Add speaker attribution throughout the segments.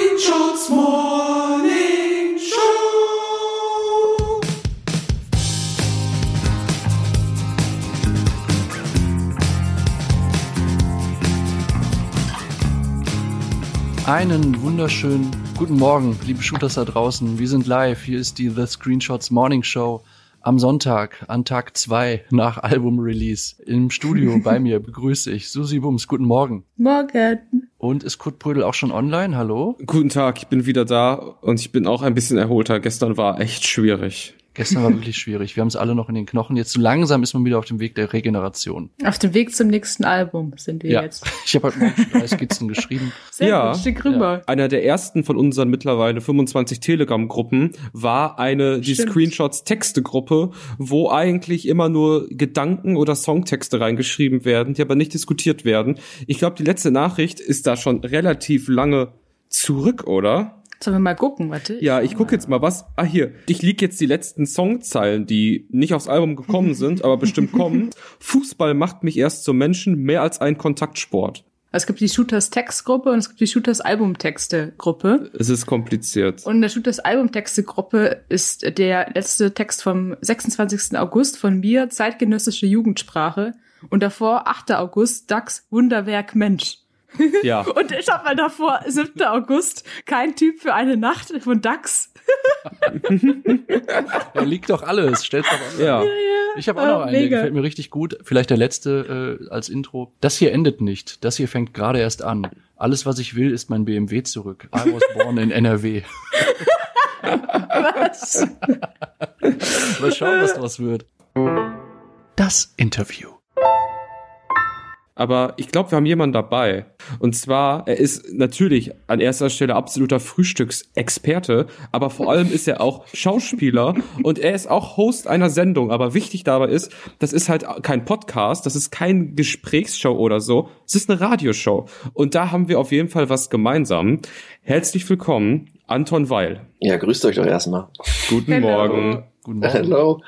Speaker 1: Screenshots Morning Show.
Speaker 2: Einen wunderschönen guten Morgen, liebe Shooters da draußen. Wir sind live. Hier ist die The Screenshots Morning Show am Sonntag, an Tag 2 nach Album-Release. Im Studio bei mir begrüße ich Susi Bums. Guten Morgen.
Speaker 3: Morgen.
Speaker 2: Und ist Kurt Brödel auch schon online? Hallo?
Speaker 4: Guten Tag, ich bin wieder da und ich bin auch ein bisschen erholter. Gestern war echt schwierig.
Speaker 2: Gestern war wirklich schwierig. Wir haben es alle noch in den Knochen. Jetzt so langsam ist man wieder auf dem Weg der Regeneration.
Speaker 3: Auf dem Weg zum nächsten Album sind wir
Speaker 2: Ja,
Speaker 3: jetzt.
Speaker 2: ich habe heute Morgen schon drei Skizzen geschrieben.
Speaker 3: Sehr
Speaker 4: Ja.
Speaker 3: gut, Stück rüber.
Speaker 4: Einer der ersten von unseren mittlerweile 25 Telegram-Gruppen war eine die
Speaker 3: Stimmt.
Speaker 4: Screenshots-Texte-Gruppe, wo eigentlich immer nur Gedanken oder Songtexte reingeschrieben werden, die aber nicht diskutiert werden. Ich glaube, die letzte Nachricht ist da schon relativ lange zurück, oder?
Speaker 3: Sollen wir mal gucken, warte.
Speaker 4: Ja, ich gucke jetzt mal was. Ah, hier. Ich lieg jetzt die letzten Songzeilen, die nicht aufs Album gekommen sind, aber bestimmt kommen. Fußball macht mich erst zum Menschen mehr als ein Kontaktsport.
Speaker 3: Es gibt die Shooters Textgruppe und es gibt die Shooters Albumtexte Gruppe.
Speaker 4: Es ist kompliziert.
Speaker 3: Und in der Shooters Albumtexte Gruppe ist der letzte Text vom 26. August von mir, zeitgenössische Jugendsprache. Und davor 8. August, DAX, Wunderwerk Mensch.
Speaker 4: Ja.
Speaker 3: Und ich habe mal davor 7. August, kein Typ für eine Nacht von DAX.
Speaker 2: Da liegt doch alles. Stellt doch alles.
Speaker 4: Ja.
Speaker 2: Ich habe auch noch
Speaker 3: Ah,
Speaker 2: einen, der
Speaker 3: mega.
Speaker 2: gefällt mir richtig gut. Vielleicht der letzte äh, als Intro. Das hier endet nicht. Das hier fängt gerade erst an. Alles, was ich will, ist mein BMW zurück. I was born in NRW.
Speaker 3: Was?
Speaker 2: Mal schauen, was draus wird. Das Interview.
Speaker 4: Aber ich glaube, wir haben jemanden dabei. Und zwar, er ist natürlich an erster Stelle absoluter Frühstücksexperte, aber vor allem ist er auch Schauspieler und er ist auch Host einer Sendung. Aber wichtig dabei ist, das ist halt kein Podcast, das ist kein Gesprächsshow oder so, es ist eine Radioshow. Und da haben wir auf jeden Fall was gemeinsam. Herzlich willkommen, Anton Weil.
Speaker 5: Ja, grüßt euch doch erstmal.
Speaker 4: Guten
Speaker 3: Hello.
Speaker 4: Morgen.
Speaker 2: Guten Morgen.
Speaker 5: Hello.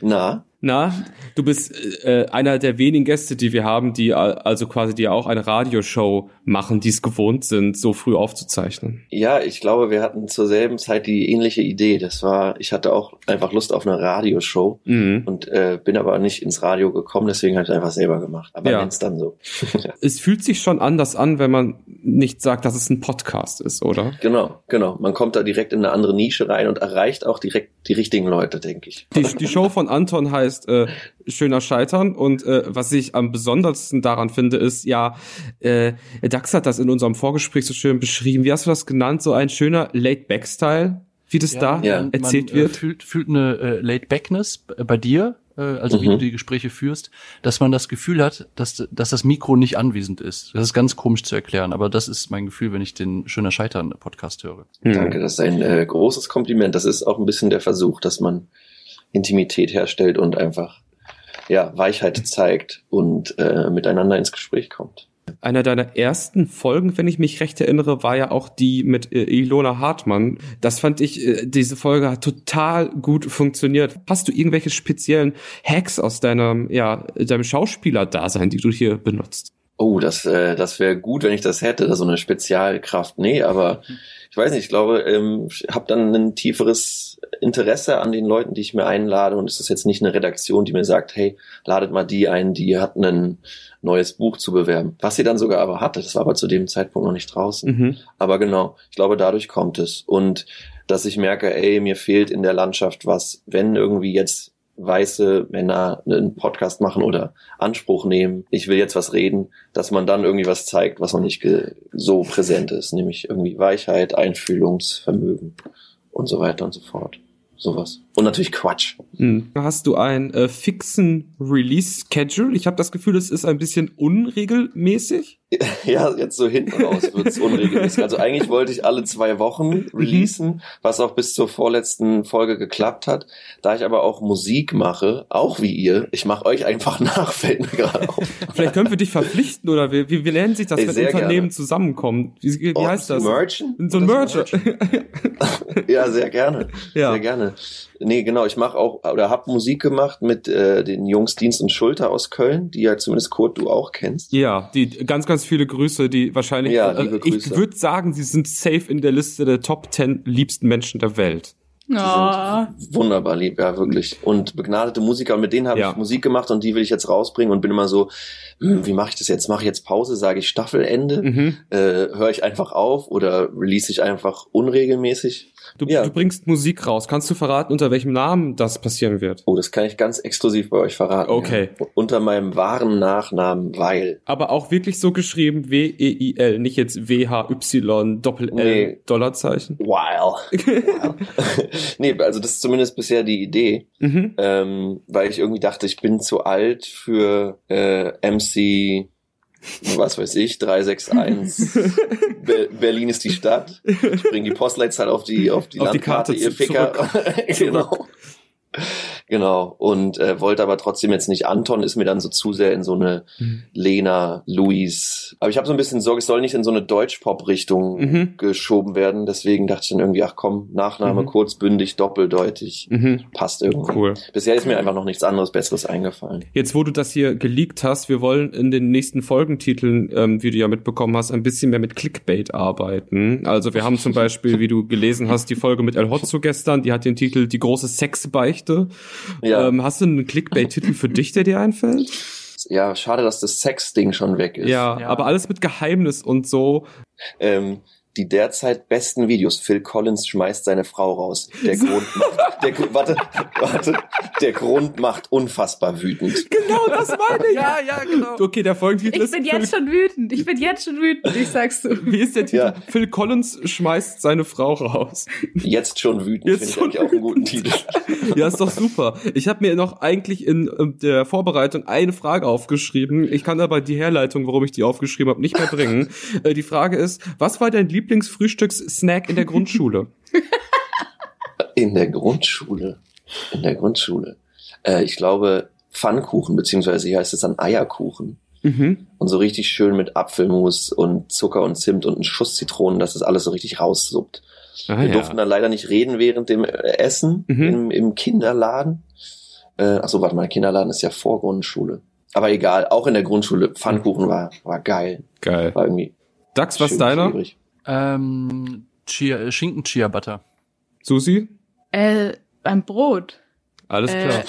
Speaker 5: Na,
Speaker 4: Na, du bist äh, einer der wenigen Gäste, die wir haben, die äh, also quasi die ja auch eine Radioshow machen, die es gewohnt sind, so früh aufzuzeichnen.
Speaker 5: ja, ich glaube, wir hatten zur selben Zeit die ähnliche Idee. Das war, ich hatte auch einfach Lust auf eine Radioshow
Speaker 4: Mhm.
Speaker 5: und äh, bin aber nicht ins Radio gekommen, deswegen habe ich einfach selber gemacht. Aber
Speaker 4: Ja.
Speaker 5: ja. nenn's dann so.
Speaker 4: Es fühlt sich schon anders an, wenn man nicht sagt, dass es ein Podcast ist, oder?
Speaker 5: Genau, genau. Man kommt da direkt in eine andere Nische rein und erreicht auch direkt die richtigen Leute, denke ich.
Speaker 4: Die, die Show von Anton heißt äh, Schöner Scheitern und äh, was ich am besondersten daran finde, ist ja, äh, Dax hat das in unserem Vorgespräch so schön beschrieben. Wie hast du das genannt? So ein schöner Laid-Back-Style, wie das da
Speaker 5: Ja.
Speaker 2: man,
Speaker 4: erzählt
Speaker 2: man,
Speaker 4: wird?
Speaker 2: Äh, fühlt, fühlt eine äh, Laid-Backness b- bei dir, äh, also wie
Speaker 5: Mhm.
Speaker 2: du die Gespräche führst, dass man das Gefühl hat, dass, dass das Mikro nicht anwesend ist. Das ist ganz komisch zu erklären, aber das ist mein Gefühl, wenn ich den Schöner Scheitern-Podcast höre.
Speaker 4: Hm.
Speaker 5: Danke, das ist ein äh, großes Kompliment. Das ist auch ein bisschen der Versuch, dass man Intimität herstellt und einfach ja, Weichheit zeigt und äh, miteinander ins Gespräch kommt.
Speaker 4: Einer deiner ersten Folgen, wenn ich mich recht erinnere, war ja auch die mit äh, Ilona Hartmann. Das fand ich, äh, diese Folge hat total gut funktioniert. Hast du irgendwelche speziellen Hacks aus deinem, ja, deinem Schauspielerdasein, die du hier benutzt?
Speaker 5: Oh, das, äh, das wäre gut, wenn ich das hätte, so eine Spezialkraft. Nee, aber ich weiß nicht, ich glaube, ähm, ich habe dann ein tieferes Interesse an den Leuten, die ich mir einlade. Und es ist jetzt nicht eine Redaktion, die mir sagt, hey, ladet mal die ein, die hat ein neues Buch zu bewerben. Was sie dann sogar aber hatte, das war aber zu dem Zeitpunkt noch nicht draußen.
Speaker 4: Mhm.
Speaker 5: Aber genau, ich glaube, dadurch kommt es. Und dass ich merke, ey, mir fehlt in der Landschaft was, wenn irgendwie jetzt weiße Männer einen Podcast machen oder Anspruch nehmen, ich will jetzt was reden, dass man dann irgendwie was zeigt, was noch nicht ge- so präsent ist, nämlich irgendwie Weichheit, Einfühlungsvermögen und so weiter und so fort. Sowas. Und natürlich Quatsch.
Speaker 4: Mhm. Hast du einen äh, fixen Release-Schedule? Ich habe das Gefühl, es ist ein bisschen unregelmäßig.
Speaker 5: Ja, jetzt so hinten raus wird's unregelmäßig. Also eigentlich wollte ich alle zwei Wochen
Speaker 4: Mhm.
Speaker 5: releasen, was auch bis zur vorletzten Folge geklappt hat. Da ich aber auch Musik mache, auch wie ihr, ich mache euch einfach nach, fällt mir gerade auf.
Speaker 4: Vielleicht können wir dich verpflichten oder wie, wie, wie nennt sich das,
Speaker 5: Ey,
Speaker 4: wenn
Speaker 5: sehr
Speaker 4: Unternehmen
Speaker 5: gerne. Oh,
Speaker 4: zusammenkommen? Wie, wie heißt das?
Speaker 5: Merchen?
Speaker 4: So ein
Speaker 5: Das
Speaker 4: Merger.
Speaker 5: Ja, sehr gerne.
Speaker 4: Ja.
Speaker 5: Sehr gerne. Nee, genau, ich mache auch oder hab Musik gemacht mit äh, den Jungs Dienst und Schulter aus Köln, die ja zumindest Kurt du auch kennst.
Speaker 4: Ja, die ganz, ganz viele Grüße, die wahrscheinlich.
Speaker 5: Ja, liebe
Speaker 4: äh,
Speaker 5: Grüße.
Speaker 4: Ich würde sagen, sie sind safe in der Liste der Top 10 liebsten Menschen der Welt.
Speaker 3: Ja.
Speaker 5: Wunderbar lieb, ja, wirklich. Und begnadete Musiker und mit denen habe
Speaker 4: Ja.
Speaker 5: ich Musik gemacht und die will ich jetzt rausbringen und bin immer so, hm, wie mache ich das jetzt? Mache ich jetzt Pause, sage ich Staffelende,
Speaker 4: Mhm.
Speaker 5: äh, höre ich einfach auf oder release ich einfach unregelmäßig?
Speaker 4: Du,
Speaker 5: Ja.
Speaker 4: du bringst Musik raus. Kannst du verraten, unter welchem Namen das passieren wird?
Speaker 5: Oh, das kann ich ganz exklusiv bei euch verraten.
Speaker 4: Okay.
Speaker 5: Ja. Unter meinem wahren Nachnamen, weil.
Speaker 4: Aber auch wirklich so geschrieben W-E-I-L, nicht jetzt W-H-Y Doppel-L
Speaker 5: Nee.
Speaker 4: Dollarzeichen.
Speaker 5: Wow. nee, also das ist zumindest bisher die Idee.
Speaker 4: Mhm.
Speaker 5: ähm, weil ich irgendwie dachte, ich bin zu alt für äh, MC, was weiß ich, 361. Be Berlin ist die Stadt. Ich bringe die Postleitzahl auf die auf die
Speaker 4: Auf die
Speaker 5: Landkarte,
Speaker 4: Karte
Speaker 5: ihr
Speaker 4: zu-
Speaker 5: Ficker. genau. Genau, und äh, wollte aber trotzdem jetzt nicht Anton, ist mir dann so zu sehr in so eine
Speaker 4: Mhm.
Speaker 5: Lena, Luis. Aber ich habe so ein bisschen Sorge, es soll nicht in so eine Deutsch-Pop-Richtung
Speaker 4: Mhm.
Speaker 5: geschoben werden. Deswegen dachte ich dann irgendwie, ach komm, Nachname
Speaker 4: Mhm.
Speaker 5: kurz, bündig, doppeldeutig.
Speaker 4: Mhm.
Speaker 5: Passt irgendwie.
Speaker 4: Cool.
Speaker 5: Bisher ist mir einfach noch nichts anderes Besseres eingefallen.
Speaker 4: Jetzt, wo du das hier geleakt hast, wir wollen in den nächsten Folgentiteln, ähm, wie du ja mitbekommen hast, ein bisschen mehr mit Clickbait arbeiten. Also wir haben zum Beispiel, wie du gelesen hast, die Folge mit El Hotzo gestern, die hat den Titel Die große Sexbeichte.
Speaker 5: Ja.
Speaker 4: Ähm, hast du einen Clickbait-Titel für dich, der dir einfällt?
Speaker 5: Ja, schade, dass das Sex-Ding schon weg ist.
Speaker 4: Ja,
Speaker 2: ja.
Speaker 4: aber alles mit Geheimnis und so.
Speaker 5: Ähm, die derzeit besten Videos. Phil Collins schmeißt seine Frau raus. Der Grund macht, der, Gr- warte, warte, der Grund macht unfassbar wütend.
Speaker 4: Genau, das meine ich.
Speaker 2: Ja, ja, genau.
Speaker 4: Okay, der Folgentitel
Speaker 3: Ich
Speaker 4: ist
Speaker 3: bin jetzt schon wütend. Ich bin jetzt schon wütend. Ich sag's so.
Speaker 4: Wie ist der Titel?
Speaker 5: Ja.
Speaker 4: Phil Collins schmeißt seine Frau raus.
Speaker 5: Jetzt schon wütend,
Speaker 4: Jetzt
Speaker 5: finde ich
Speaker 4: schon
Speaker 5: eigentlich auch einen guten Titel.
Speaker 4: Ja, ist doch super. Ich habe mir noch eigentlich in ähm, der Vorbereitung eine Frage aufgeschrieben. Ich kann aber die Herleitung, warum ich die aufgeschrieben habe, nicht mehr bringen. Äh, die Frage ist, was war dein Lieblingsfrühstückssnack in der Grundschule?
Speaker 5: In der Grundschule. In der Grundschule. Äh, ich glaube, Pfannkuchen, beziehungsweise hier heißt es dann Eierkuchen.
Speaker 4: Mhm.
Speaker 5: Und so richtig schön mit Apfelmus und Zucker und Zimt und einen Schuss Zitronen, dass das alles so richtig raussuppt.
Speaker 4: Ah,
Speaker 5: Wir
Speaker 4: ja.
Speaker 5: durften dann leider nicht reden während dem äh, Essen
Speaker 4: Mhm.
Speaker 5: im, im Kinderladen. Äh, achso, warte mal, Kinderladen ist ja vor Grundschule. Aber egal, auch in der Grundschule. Pfannkuchen war, war geil.
Speaker 4: Geil.
Speaker 5: War irgendwie
Speaker 4: Dax, Mhm. was
Speaker 5: schön
Speaker 4: deiner?
Speaker 5: klebrig.
Speaker 2: Ähm, Chia, äh, Schinken Chia Butter.
Speaker 4: Susi?
Speaker 3: Äh, beim Brot.
Speaker 4: Alles
Speaker 3: Äh,
Speaker 4: klar.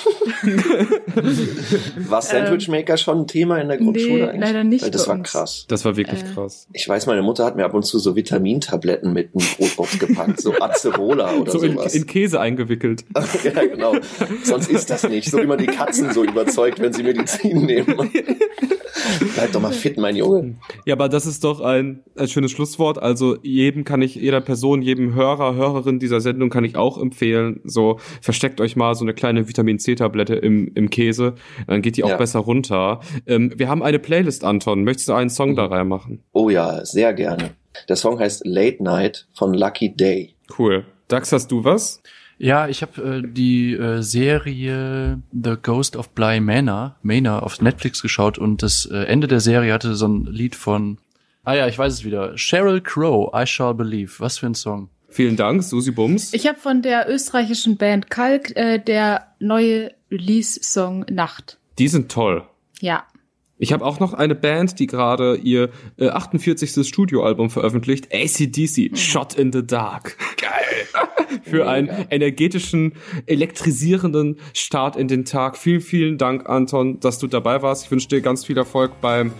Speaker 5: War Sandwich Maker schon ein Thema in der Grundschule
Speaker 3: Ähm, Nee,
Speaker 5: eigentlich?
Speaker 3: leider nicht
Speaker 5: Weil Das
Speaker 3: bei
Speaker 5: war
Speaker 3: uns.
Speaker 5: krass.
Speaker 4: Das war wirklich
Speaker 3: äh,
Speaker 4: krass.
Speaker 5: Ich weiß, meine Mutter hat mir ab und zu so Vitamintabletten mit in die Brotbox gepackt, so Acerola oder
Speaker 4: So in,
Speaker 5: sowas.
Speaker 4: in Käse eingewickelt.
Speaker 5: ja, genau. Sonst ist das nicht. So wie man die Katzen so überzeugt, wenn sie Medizin nehmen. Bleib doch mal fit, mein Junge.
Speaker 4: Ja, aber das ist doch ein, ein schönes Schlusswort. Also jedem kann ich, jeder Person, jedem Hörer, Hörerin dieser Sendung kann ich auch empfehlen, so versteckt euch mal so eine kleine Vitamin C-Tablette im, im Käse, dann geht die auch
Speaker 5: Ja.
Speaker 4: besser runter. Ähm, wir haben eine Playlist, Anton. Möchtest du einen Song da reinmachen?
Speaker 5: Oh ja, sehr gerne. Der Song heißt Late Night von Lucky Day.
Speaker 4: Cool. Dax, hast du was?
Speaker 2: Ja, ich habe äh, die äh, Serie The Ghost of Bly Manor, Manor auf Netflix geschaut und das äh, Ende der Serie hatte so ein Lied von, ah ja, ich weiß es wieder, Sheryl Crow, I Shall Believe. Was für ein Song.
Speaker 4: Vielen Dank, Susi Bums.
Speaker 3: Ich habe von der österreichischen Band Kalk äh, der neue Release-Song Nacht.
Speaker 4: Die sind toll.
Speaker 3: Ja.
Speaker 4: Ich habe auch noch eine Band, die gerade ihr äh, 48. Studioalbum veröffentlicht, ACDC, Shot in the Dark. Geil. Für einen energetischen, elektrisierenden Start in den Tag. Vielen, vielen Dank, Anton, dass du dabei warst. Ich wünsche dir ganz viel Erfolg beim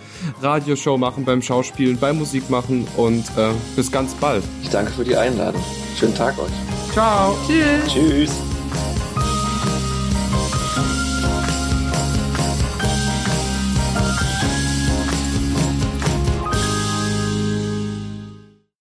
Speaker 4: Radioshow machen, beim Schauspielen, beim Musik machen und äh, bis ganz bald.
Speaker 5: Ich danke für die Einladung. Schönen Tag euch.
Speaker 4: Ciao.
Speaker 5: Tschüss.